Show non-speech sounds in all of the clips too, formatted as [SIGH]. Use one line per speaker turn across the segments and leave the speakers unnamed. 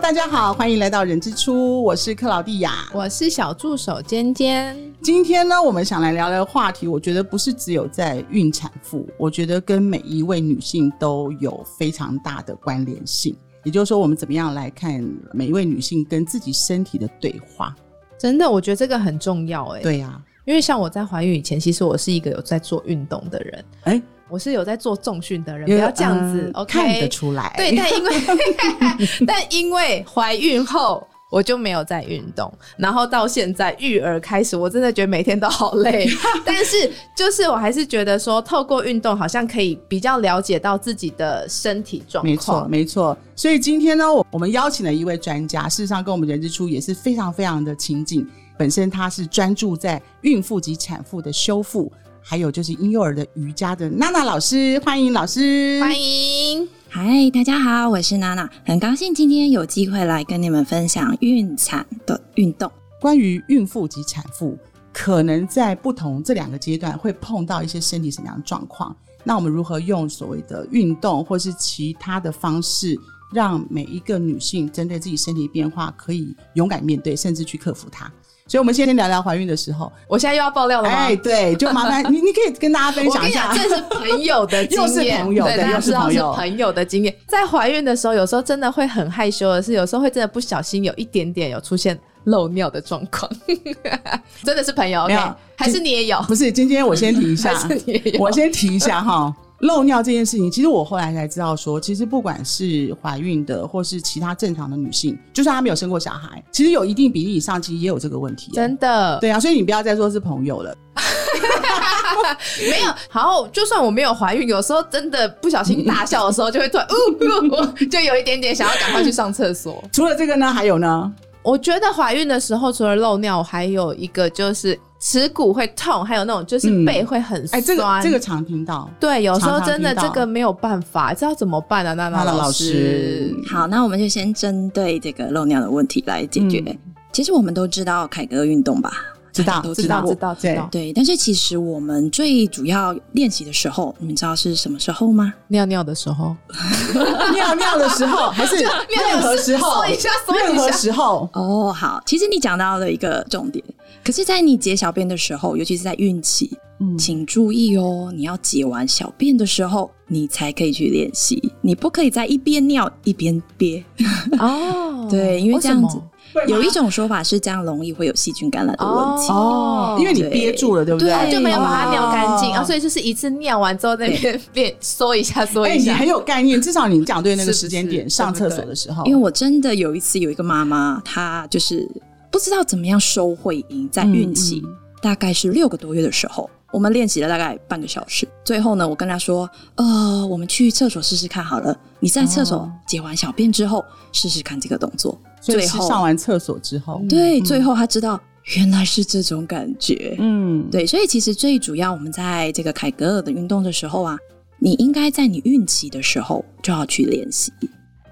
大家好，欢迎来到人之初，我是克劳蒂亚。
我是小助手尖尖，
今天呢，我们想来聊聊话题，我觉得不是只有在孕产妇，我觉得跟每一位女性都有非常大的关联性。也就是说，我们怎么样来看每一位女性跟自己身体的对话？
真的，我觉得这个很重要哎、
对啊呀、
因为像我在怀孕以前，其实我是一个有在做运动的人，
哎
我是有在做重训的人，不
因为
要这样子、
嗯
o k
看得出来。
对，但因为 [LAUGHS] 但因为怀孕后。我就没有在运动，然后到现在育儿开始，我真的觉得每天都好
[LAUGHS]
累。但是就是我还是觉得说，透过运动好像可以比较了解到自己的身体状况。
没错，没错。所以今天呢，我我们邀请了一位专家，事实上跟我们人之初也是非常非常的亲近。本身他是专注在孕妇及产妇的修复，还有就是婴幼儿的瑜伽的娜娜老师，欢迎老师，
欢迎。
嗨，大家好，我是娜娜，很高兴今天有机会来跟你们分享孕产的运动。
关于孕妇及产妇，可能在不同这两个阶段会碰到一些身体什么样的状况，那我们如何用所谓的运动或是其他的方式，让每一个女性针对自己身体变化可以勇敢面对，甚至去克服它。所以，我们先聊聊怀孕的时候。
我现在又要爆料了吗？
哎，对，就麻烦你，你可以跟大家分
我
享
跟
一
你讲，
下。
这是朋友 [LAUGHS] 的经
又
验，
是朋友
对，
对
大家知
又是朋
道是
友
朋友的经验。在怀孕的时候，有时候真的会很害羞的是，有时候会真的不小心有一点点有出现漏尿的状况， [LAUGHS] 真的是朋友
没有
OK，还是你也有？
[LAUGHS] 不是，今天我先提一下
[LAUGHS] 还是你也，有
我先提一下哈。漏尿这件事情，其实我后来才知道说，其实不管是怀孕的，或是其他正常的女性，就算她没有生过小孩，其实有一定比例以上，其实也有这个问题。
真的
对啊，所以你不要再说是朋友了。
没有，好，就算我没有怀孕，有时候真的不小心大笑的时候，就会突然， [LAUGHS] 呜、呜就有一点点想要赶快去上厕所。
除了这个呢，还有呢，
我觉得怀孕的时候，除了漏尿，还有一个就是耻骨会痛，还有那种就是
嗯
背会很
哎，
酸。啊
这个这个常听到。
对，有时候
常常
真的
听到
这个没有办法，这要怎么办啊？娜
娜娜
娜老
老师
师，，
好，那我们就先针对这个漏尿的问题来解决。
嗯
其实我们都知道凯格运动吧？
知道
都
知道
知道
对
知道
对，但是其实我们最主要练习的时候，你们知道是什么时候吗？
尿尿的时候，
尿尿的时
[LAUGHS]
候还是任何时候
说一下，说
任何
一下。
时候，
哦，好，其实你讲到了一个重点，可是，在你解小便的时候，尤其是在孕期，
嗯
请注意哦，你要解完小便的时候，你才可以去练习，你不可以在一边尿一边憋。
[LAUGHS] 哦
对因为这样子
会吗
有一种说法是这样容易会有细菌感染的问题。
哦
因为你憋住了，对不哎对？
就没有把它尿干净
哦
啊，所以就是一次尿完之后在那边变缩一下缩
哎、
一
你
下
很。有概念，至少你讲对那个
是不
时间
是
点，
对
上
不
厕
对
所的时候，
因为我真的有一次有一个妈妈，她就是不知道怎么样收会阴，在孕期、
嗯嗯
大概是六个多月的时候，我们练习了大概半个小时。最后呢，我跟她说：“呃，我们去厕所试试看好了。你在厕所
哦
解完小便之后，试试看这个动作。”
所以
最
是
后嗯
上完厕所之后，
对，最后她知道原来是这种感觉。
嗯，
对，所以其实最主要，我们在这个凯格尔的运动的时候啊，你应该在你孕期的时候就要去练习。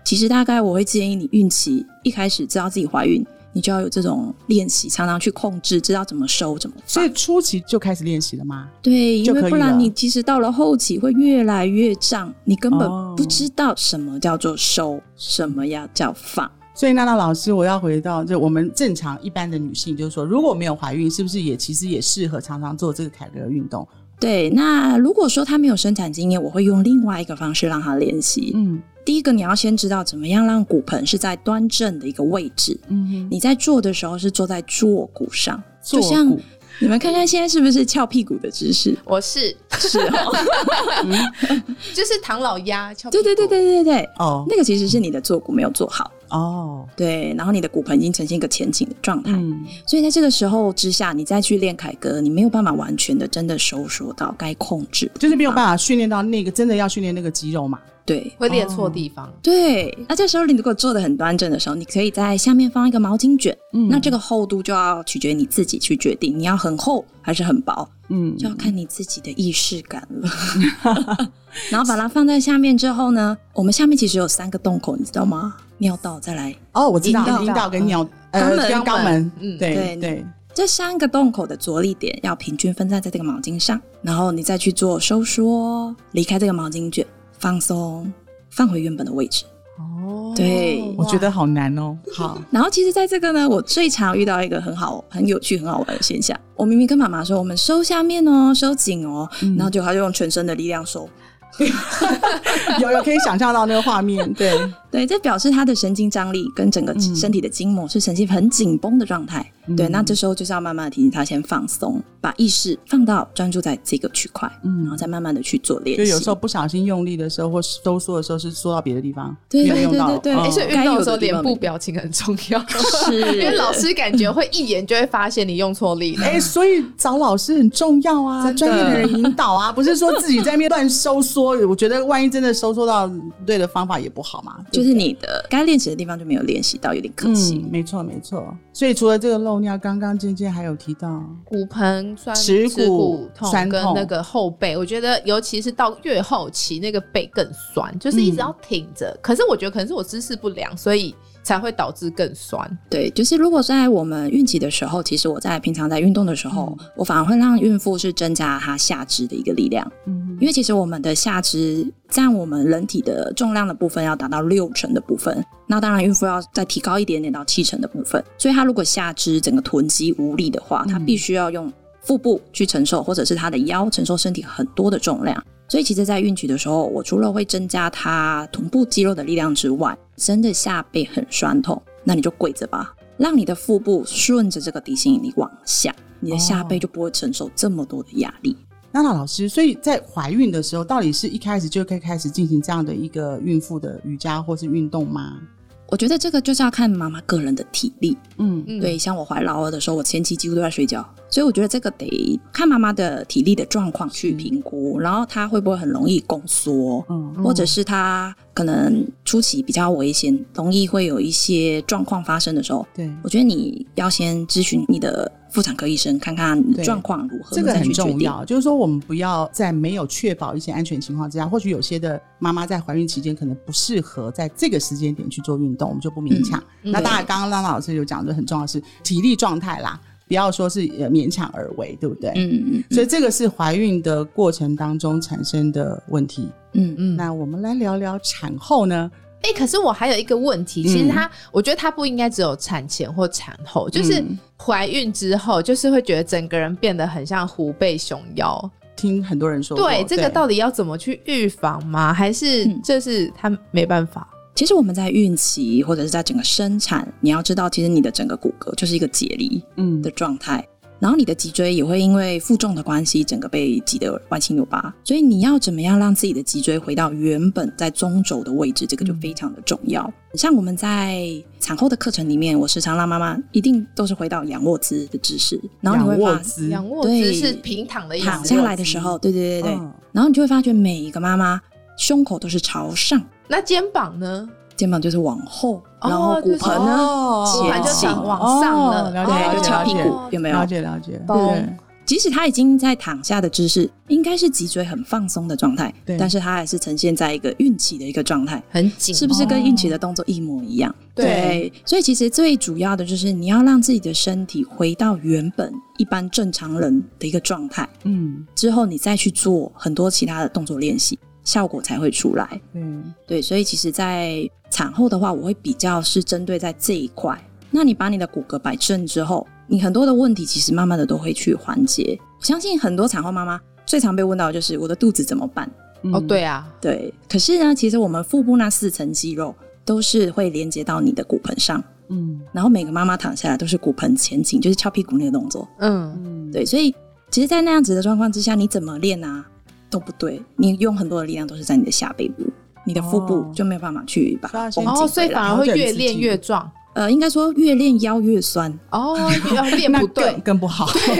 其实大概我会建议你孕期一开始知道自己怀孕，你就要有这种练习，常常去控制，知道怎么收怎么
所
放。
以初期就开始练习了吗？
对，
就
因为
可以
不然你
了
其实到了后期会越来越胀，你根本
哦
不知道什么叫做收，什么要叫放。
所以娜娜老师，我要回到就我们正常一般的女性，就是说，如果没有怀孕，是不是也其实也适合常常做这个凯格尔运动？
对，那如果说他没有生产经验，我会用另外一个方式让他练习。
嗯
第一个，你要先知道怎么样让骨盆是在端正的一个位置。
嗯，
你在坐的时候是坐在坐骨上，
坐
就像
骨
你们看看现在是不是翘屁股的姿势？
我是
是哦，
[LAUGHS] 就是唐老鸭，翘屁
对
股
对对，对对对，
哦
那个其实是你的坐骨没有做好，
哦，
对，然后你的骨盆已经呈现一个前倾的状态，
嗯，
所以在这个时候之下，你再去练凯歌，你没有办法完全的真的收缩到该控制的地方，
就是没有办法训练到那个真的要训练那个肌肉嘛？
对。
会练错地方。
对，那这时候你如果坐的很端正的时候，你可以在下面放一个毛巾卷，
嗯
那这个厚度就要取决你自己去决定，你要很厚还是很薄，
嗯，
就要看你自己的意识感了。然后把它放在下面之后呢，我们下面其实有三个洞口，你知道吗？尿道再来，
哦，我知道
阴道
阴道跟尿呃
肛门
跟肛门，
嗯
对
对
对，
这三个洞口的着力点要平均分散在这个毛巾上，然后你再去做收缩，离开这个毛巾卷，放松，放回原本的位置。
哦
对
我觉得好难哦。好，
然后其实，在这个呢，我最常遇到一个很好、很有趣、很好玩的现象。我明明跟妈妈说我们收下面哦，收紧哦，
嗯
然后就她就用全身的力量收。
有有可以想象到那个画面，对，
对，这表示她的神经张力跟整个
嗯
身体的筋膜是神经很紧绷的状态。对，
嗯
那这时候就是要慢慢地提醒她先放松，把意识放到专注在这个区块，
嗯
然后再慢慢的去做练
就
习。
有时候不小心用力的时候，或收缩的时候，是缩到别的地方，
对
没有用到。
对对对对
而
嗯
且
该
哎运
有
动的
的
时候
地
脸
方
部
没
表情很重要，
[LAUGHS]
是，
因为老师感觉会一眼就会发现你用错力了。
哎、所以找老师很重要啊，
真
专
的
业的人引导啊，不是说自己在那边乱收缩。我觉得万一真的收缩到对的方法也不好嘛，
就是你的该练习的地方就没有练习到，有点可惜。
嗯，没错没错。所以除了这个漏尿，刚刚尖尖还有提到，
骨盆酸、
耻骨
耻骨痛
酸
跟
痛
那个后背，我觉得尤其是到越后期，那个背更酸，就是一直要挺着。可是我觉得可能是我姿势不良，所以才会导致更酸。
对，就是如果在我们孕期的时候，其实我在平常在运动的时候，我反而会让孕妇是增加她下肢的一个力量，
嗯
因为其实我们的下肢占我们人体的重量的部分要达到六成的部分，那当然孕妇要再提高一点点到七成的部分，所以她如果下肢整个臀肌无力的话，她必须要用腹部去承受，或者是她的腰承受身体很多的重量。所以其实，在孕期的时候，我除了会增加她臀部肌肉的力量之外，真的下背很酸痛，那你就跪着吧，让你的腹部顺着这个地心引力往下，你的下背就不会承受这么多的压力。
娜娜老师，所以在怀孕的时候，到底是一开始就可以开始进行这样的一个孕妇的瑜伽或是运动吗？
我觉得这个就是要看妈妈个人的体力。
嗯
嗯，
对，像我怀老二的时候，我前期几乎都在睡觉，所以我觉得这个得看妈妈的体力的状况去评估，然后她会不会很容易宫缩，
嗯，
或者是她可能初期比较危险，容易会有一些状况发生的时候，
对，
我觉得你要先咨询你的妇产科医生，看看你的
对
状况如何，
这个
再
很
去决
重
定。
要，就是说我们不要在没有确保一些安全情况之下，或许有些的妈妈在怀孕期间可能不适合在这个时间点去做运动，我们就不勉强。
嗯
那当然，刚刚浪浪老师有讲的很重要的是体力状态啦，不要说是呃勉强而为，对不对？
嗯嗯
所以这个是怀孕的过程当中产生的问题。
嗯嗯，
嗯，
那我们来聊聊产后呢？
哎、可是我还有一个问题，其
嗯
实它，我觉得它不应该只有产前或产后，就是
嗯
怀孕之后，就是会觉得整个人变得很像虎背熊腰。
听很多人说过，
对，这个到底要怎么去预防吗？还是
嗯
这是它没办法？
其实我们在孕期或者是在整个生产，你要知道，其实你的整个骨骼就是一个解离
嗯
的状态，然后你的脊椎也会因为负重的关系，整个被挤得弯七扭八。所以你要怎么样让自己的脊椎回到原本在中轴的位置，这个就非常的重要。像我们在产后的课程里面，我时常让妈妈一定都是回到仰卧姿的姿势，然后你
仰
会
卧
发
姿，
仰卧姿
对
是平躺的意
躺
思
下
吗。
来的时候，对对对对，
嗯
然后你就会发觉每一个妈妈胸口都是朝上，
那肩膀呢？
肩膀就是往后，
哦
然后骨盆呢。
哦
前
骨盆就
倾
想往上
哦
了，
了解
对，
了解
就翘屁股
了，
有没有？
了解了解，
懂
即使他已经在躺下的姿势，应该是脊椎很放松的状态
对，
但是他还是呈现在一个孕期的一个状态，
很紧，
是不是跟孕期的动作一模一样？
对
所以其实最主要的就是你要让自己的身体回到原本一般正常人的一个状态，
嗯，
之后你再去做很多其他的动作练习，效果才会出来。
对，
对，所以其实，在产后的话，我会比较是针对在这一块。那你把你的骨骼摆正之后，你很多的问题其实慢慢的都会去缓解。我相信很多产后妈妈最常被问到的就是我的肚子怎么办？
嗯
哦，，对啊，
对，可是呢，其实我们腹部那四层肌肉都是会连接到你的骨盆上，
嗯
然后每个妈妈躺下来都是骨盆前倾，就是翘屁股那个动作。
嗯，
嗯，
对，所以其实，在那样子的状况之下，你怎么练啊都不对，你用很多的力量都是在你的下背部，你的腹部
哦
就没有办法去把它
所以
绷
要
哦，
紧
所以
回
反
来
而会越练越壮，
呃，应该说越练腰越酸，
[LAUGHS]
哦，要练
那
不
更
对，
更不好， [LAUGHS]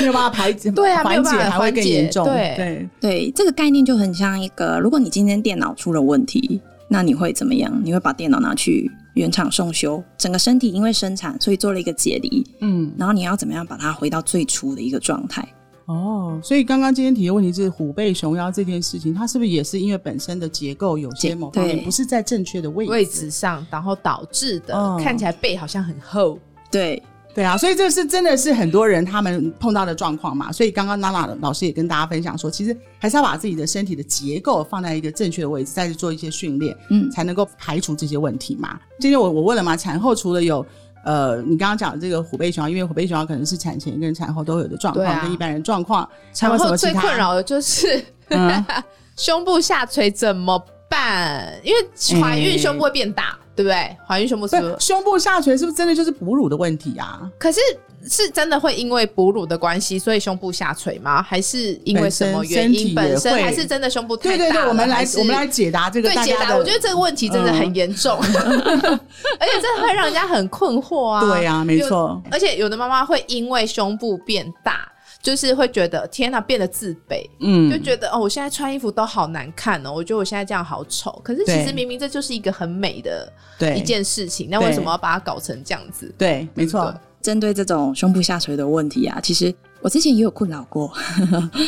没有办法排解，
对啊没
缓
有
解
办法
还会
缓
更
解
严重，
对
对，
对，这个概念就很像一个，如果你今天电脑出了问题，那你会怎么样？你会把电脑拿去原厂送修，整个身体因为生产，所以做了一个解离，
嗯，
然后你要怎么样把它回到最初的一个状态？
哦，所以刚刚今天提的问题是虎背熊腰这件事情，它是不是也是因为本身的结构有些
结
某方面
对
不是在正确的位置？
位置上，然后导致的
嗯
看起来背好像很厚，
对，
对啊，所以这是真的是很多人他们碰到的状况嘛。所以刚刚娜娜老师也跟大家分享说，其实还是要把自己的身体的结构放在一个正确的位置，再去做一些训练，
嗯
才能够排除这些问题嘛。今天我我问了嘛，产后除了有呃你刚刚讲的这个虎背熊腰，因为虎背熊啊腰可能是产前跟产后都有的状况，
对啊
跟一般人状况，还有
产
什
后
么其
最
他
困扰的就是 [LAUGHS]
嗯
胸部下垂怎么办？因为怀
哎
孕胸部会变大，对不对？怀孕胸部是不
不
是？
胸部下垂是不是真的就是哺乳的问题啊？
可是是真的会因为哺乳的关系，所以胸部下垂吗？还是因为什么原因？
本身身体
本
也
身
会
还是真的胸部太
对
大
对对，我们来
还是
我们来解答这个
对
大
解
家
答，
的，嗯
我觉得这个问题真的很严重， [LAUGHS] 而且这会让人家很困惑啊。
对啊，没
有
错，
而且有的妈妈会因为胸部变大，就是会觉得天哪，变得自卑，
嗯，
就觉得哦，我现在穿衣服都好难看哦，我觉得我现在这样好丑。可是其
对
实明明这就是一个很美的
对
一件事情，那
对
为什么要把它搞成这样子？
对，没错，
针对这种胸部下垂的问题啊，其实我之前也有困扰过。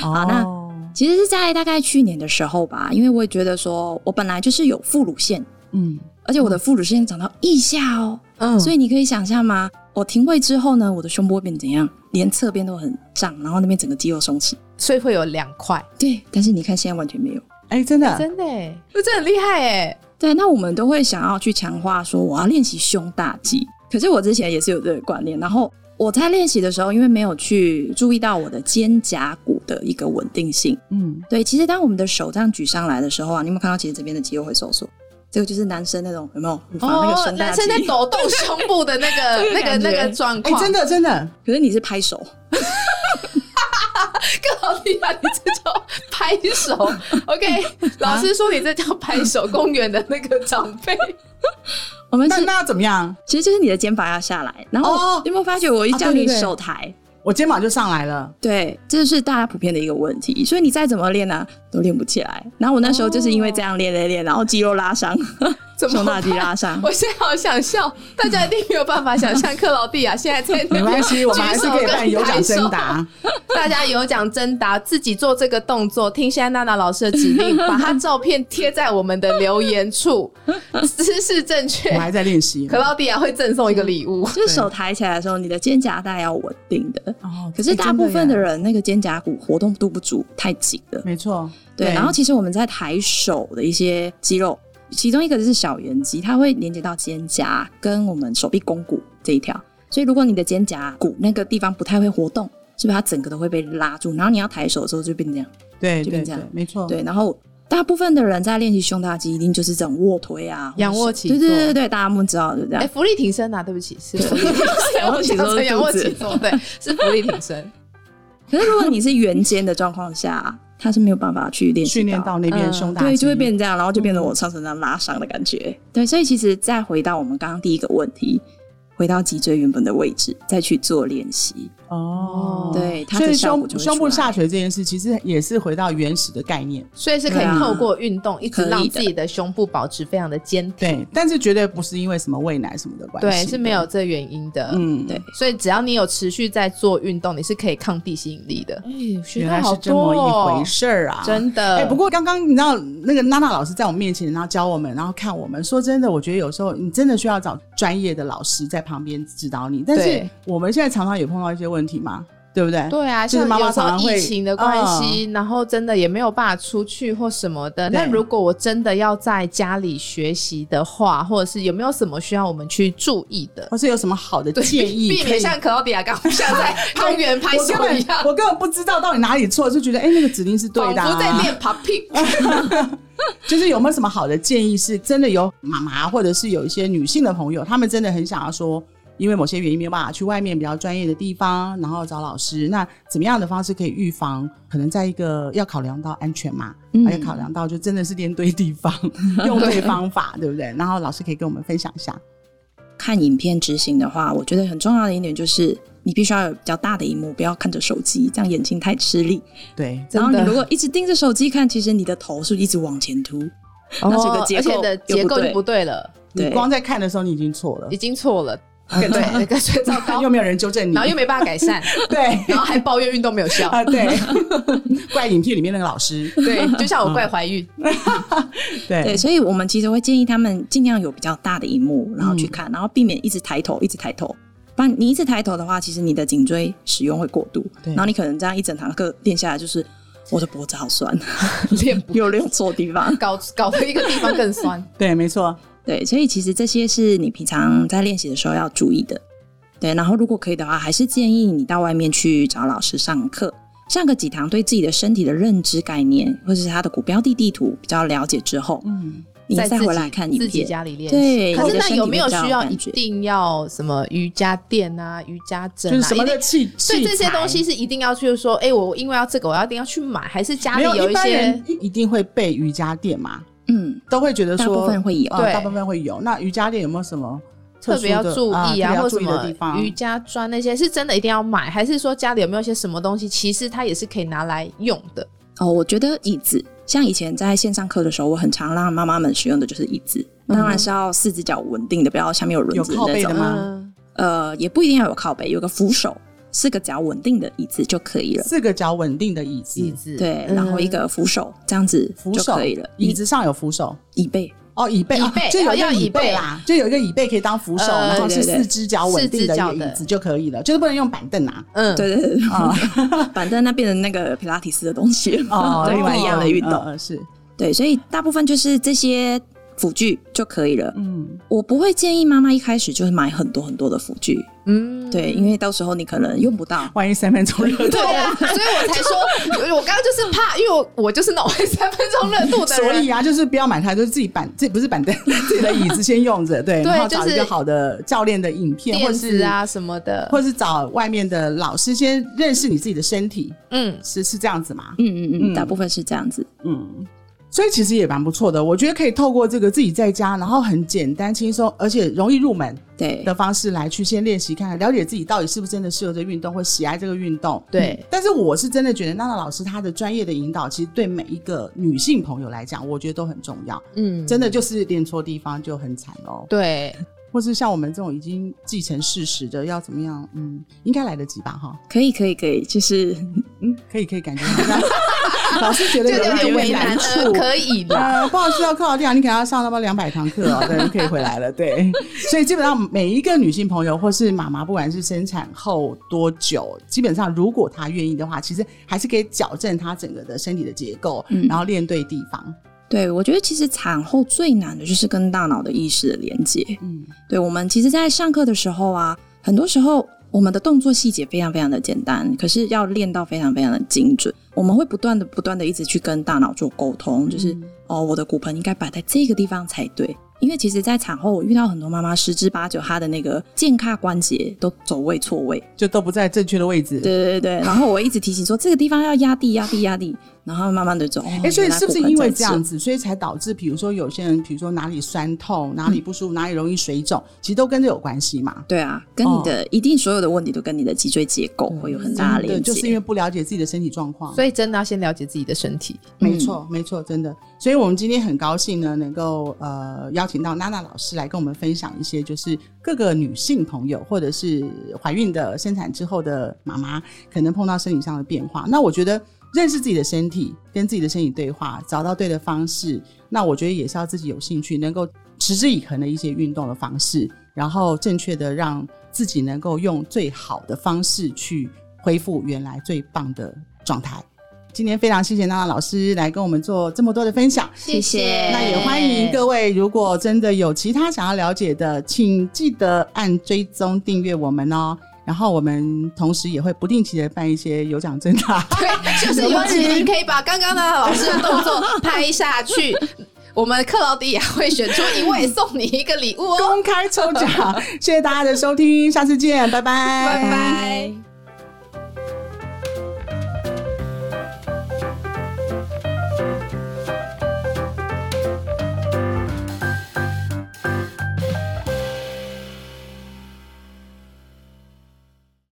好
那
哦
其实是在大概去年的时候吧，因为我也觉得说我本来就是有副乳腺，
嗯，
而且我的副乳腺长到腋下哦，
嗯
所
以
以你可以想象吗？我停位之后呢，我的胸部会变怎样？连侧边都很胀，然后那边整个肌肉松弛。
所以会有两块，
对，但是你看现在完全没有。
哎，真的，
真的耶，这真的很厉害哎。
对，那我们都会想要去强化说我要练习胸大肌。可是我之前也是有这个观念，然后我在练习的时候，因为没有去注意到我的肩胛骨的一个稳定性。
嗯，
对，其实当我们的手这样举上来的时候啊，你有没有看到其实这边的肌肉会收缩？这个就是男生那种有没有乳房那个胸大
男
肌？
哦生在抖动胸部的那
[LAUGHS]
个、那个、那个状
哎，
况，
真的真的，
可是你是拍手，
更好听啊！你这叫拍
[LAUGHS]
手
啊
，OK？老师说你这叫拍手，公园的那个长
[LAUGHS]
辈，
我们
那
是
那要怎么样？
其实就是你的肩膀要下来，然后、
哦
你有没有发觉我一
啊
叫
对
你
对对
手抬，
我肩膀就上来
[LAUGHS]
了，
对，这是大家普遍的一个问题，所以你再怎么练啊，都练不起来。然后我那时候就是因为这样练练练，然后肌肉拉伤，
怎么
胸大
办
肌拉伤。
我现在好想笑，大家一定没有办法想象克劳蒂亚现在在
没
那
关
边，
系，我们还是可以办有奖征答。
大家有奖征答，自己做这个动作，听现在娜娜老师的指令，把她照片贴在我们的留言
[LAUGHS]
处，姿势正确
我们，还在练习
克。劳蒂亚会赠送一个礼物。
就是手抬起来的时候，你的肩胛带要稳定的。
哦
可是大部分的，
哎真耶
人那个肩胛骨活动度不足，太紧了。
没错，
对，然后其实我们在抬手的一些肌肉，其中一个就是小圆肌，它会连接到肩胛跟我们手臂肱骨这一条，所以如果你的肩胛骨那个地方不太会活动，是不是它整个都会被拉住？然后你要抬手的时候就变这样。
对对
就变这
对
样，
没错，
对，然后大部分的人在练习胸大肌，一定就是这种卧推啊，
仰卧
或者是
起
对对
坐
对对，大家们知道就
嗯
这
哎、
样。
福利挺身啊，对不起，是福利
[LAUGHS]
挺身，我想成仰卧起坐，对，是福利挺身。
可是如果你是圆肩的状况下，它是没有办法去练习
训练到那边
嗯
胸大肌，
对，就会变成这样，然后就变成我上身这样拉伤的感觉。嗯对，所以其实再回到我们刚刚第一个问题，回到脊椎原本的位置，再去做练习。
哦。
对，它
所
的
以
效果就
胸
会
胸部
出来
下垂这件事，其实也是回到原始的概念，
所以是可
对
以
啊
透过运动，一直
可以
让
的
自己的胸部保持非常的坚挺。
对，但是绝对不是因为什么喂奶什么的关
对，
系，
是没，有这原因的。
啊嗯，
对。
所以只要你有持续在做运动，你是可以抗地吸引力的。哎，
原来是这么
哦
一回事儿啊！
真的。
哎、不过刚刚你知道那个娜娜老师在我面前，然后教我们，然后看我们。说真的，我觉得有时候你真的需要找专业的老师在旁边指导你。但是
对
我们现在常常也碰到一些问题嘛，对不对？
对啊，
就是
像
妈妈
有时
常常
候
会嗯
疫情的关系，然后真的也没有办法出去或什么的。
对
那如果我真的要在家里学习的话，或者是有没有什么需要我们去注意的？
或是有什么好的建议
避
可以
免？像克劳迪亚刚像
[LAUGHS]
在公园拍
我
手
根
一样
本，我根本不知道到底哪里错，就觉得哎、那个指令是对
仿
的、
佛在
啊。
练 popping。
[LAUGHS] 就是有没有什么好的建议？是真的有妈妈或者是有一些女性的朋友，她们真的很想要说，因为某些原因没有办法去外面比较专业的地方，然后找老师。那怎么样的方式可以预防？可能在一个要考量到安全嘛，
嗯
还要考量到就真的是练对地方，用对方法，对不对？然后老师可以跟我们分享一下。
看影片执行的话，我觉得很重要的一点就是，你必须要有比较大的荧幕，不要看着手机，这样眼睛太吃力。
对，
然后你
真的
如果一直盯着手机看，其实你的头是一直往前凸。那这个结
而且
构
的
又
结
不
构就
对
不对了，
你
对，
光在看的时候你已经错了，
已，经错了， [LAUGHS] 对，感觉糟糕
又没有人纠正你，
然后又没办法改善，
对
然后还抱怨运动没有效。
啊
[LAUGHS]
对，怪影片里面那个老师，
对，就像我怪怀孕，
对，所以我
嗯
们其实会建议他们尽量有比较大的荧幕，然后去看，然后避免一直抬头，一直抬头。不然你一直抬头的话，其实你的颈椎使用会过度，
对
然后你可能这样一整堂课练下来，就是我的脖子
[LAUGHS]
好酸，
练不
又练错地方。
搞搞得一个地方更酸。
对，没错，
对，所以其实这些是你平常在练习的时候要注意的。对，然后如果可以的话，还是建议你到外面去找老师上课，上个几堂，对自己的身体的认知概念，或者是它的股标地地图比较了解之后，
嗯，
你
在
再
自己
回来看影
自己
片。
家里练习。
对，
可
你
是
的
那
身体
有没有
比较
需要
感
一
觉
定要什么瑜伽垫啊、瑜伽枕
就是
啊？
什么
一
的
定
气，
所以这
器
些
材
东西是一定要去说，哎、我因为要这个，我要一定要去买，还是家
没
里
有
有
一
一
般
些
人一定会备瑜伽垫嘛，
嗯，
都会觉得
大
说
部分会有。
呃
对
大部分会有。那瑜伽垫有没有什么
特
殊
别要
的
注意
啊，
啊，
特别
或
要
什
注意的地
么
方？
瑜伽砖那些，是真的一定要买，还是说家里有没有一些什么东西，其实它也是可以拿来用的？
哦，我觉得椅子，像以前在线上课的时候，我很常让妈妈们使用的就是椅子，当然是要四只脚稳定的，不要下面有轮子
嗯有靠
那
背的
种。
吗
嗯，
呃，也不一定要有靠背，有个扶手，四个脚稳定的椅子就可以了。
四个脚稳定的椅
椅
子，
子嗯
对，然后一个扶手，这样子
嗯扶
就
手
可以了。
椅子上有扶手。
椅背，
哦，椅背，
椅
哦
背
就有一
哦要
个
椅
椅
背
背啦，就有一个椅背可以当扶手，
呃
然后是
对对对
四只脚稳定的
四只脚
一个
的
椅子就可以了，就是不能用板凳
[LAUGHS]
啊。
嗯，
对对对， [LAUGHS]
啊
板凳那变成那个皮拉提斯的东西了，
哦， [LAUGHS]
对，不一样的运动。
嗯嗯是，
对，所以大部分就是这些辅具就可以了。
嗯，
我不会建议妈妈一开始就是买很多很多的辅具，
嗯，
对，因为到时候你可能用不到。
万一三分钟热度
对，啊，所以我才说，我刚刚就是怕，因为我我就是那种会三分钟热度的
所 [LAUGHS]
人，
以啊，就是不要买它，就是自己板，自己不是板凳， [LAUGHS] 自己的椅子先用着，对，
对
然后
就
找一
是
个好的教练的影片或者
垫
是
子啊什么的，
或是找外面的老师先认识你自己的身体，
嗯，
是是这样子吗？
嗯嗯
嗯
嗯，大部分是这样子。
嗯，所以其实也蛮不错的，我觉得可以透过这个自己在家，然后很简单轻松，而且容易入门
对，
的方式来去先练习看看，了解自己到底是不是真的适合这个运动或喜爱这个运动。
对
但是我是真的觉得娜娜老师她的专业的引导，其实对每一个女性朋友来讲，我觉得都很重要。
嗯，
真的就是练错地方就很惨哦，
对，
或是像我们这种已经既成事实的，要怎么样？嗯，应该来得及吧？哈，
可以可以可以，就是
嗯，可以，可以，感觉好像
[LAUGHS]
老师觉得
就有
点
点为难，呃
处。
可以啦，
呃，不好意思，要扣到掉，你可能要上他妈两百堂课哦，对，你可以回来了，对。所以基本上每一个女性朋友或是妈妈，不管是生产后多久，基本上如果她愿意的话，其实还是可以矫正她整个的身体的结构，
嗯
然后练对地方。
对我觉得其实产后最难的就是跟大脑的意识的连接。
嗯，
对我们其实，在上课的时候啊，很多时候我们的动作细节非常非常的简单，可是要练到非常非常的精准。我们会不断的不断的一直去跟大脑做沟通，就是、哦，我的骨盆应该摆在这个地方才对。因为其实，在产后我遇到很多妈妈十之八九，她的那个健胯关节都走位错位。
就都不在正确的位置。。
对对对，然后我一直提醒说这个地方要压地压地压地，然后慢慢的走。哎、
哎、所以
原来
是不是
骨盆
因为
在
这样子，所以才导致，比如说有些人，比如说哪里酸痛、
嗯
哪里不舒服、哪里容易水肿，其实都跟这有关系嘛？
对啊，跟你
哦
的、一定所有的问题都跟你的脊椎结构会有很大的
对，
连接，
嗯就是因为不了解自己的身体状况。
所以真的要先了解自己的身体。
没错，没错，真的。所以我们今天很高兴呢，能够呃邀请到娜娜老师来跟我们分享一些，就是各个女性朋友或者是怀孕的、生产之后的妈妈，可能碰到生理上的变化。那我觉得认识自己的身体，跟自己的身体对话，找到对的方式，那我觉得也是要自己有兴趣，能够持之以恒的一些运动的方式，然后正确的让自己能够用最好的方式去恢复原来最棒的状态。今天非常谢谢娜娜老师来跟我们做这么多的分享。
谢
谢
那也欢迎各位，如果真的有其他想要了解的，请记得按追踪订阅我们哦。然后我们同时也会不定期的办一些有奖征答。 [LAUGHS]
对， [LAUGHS] 就是尤其你可以把刚刚的老师的动作拍下去，我们克劳迪也会选出一位送你一个礼物哦。
公开抽奖，谢谢大家的收听，下次见，拜拜，
拜拜。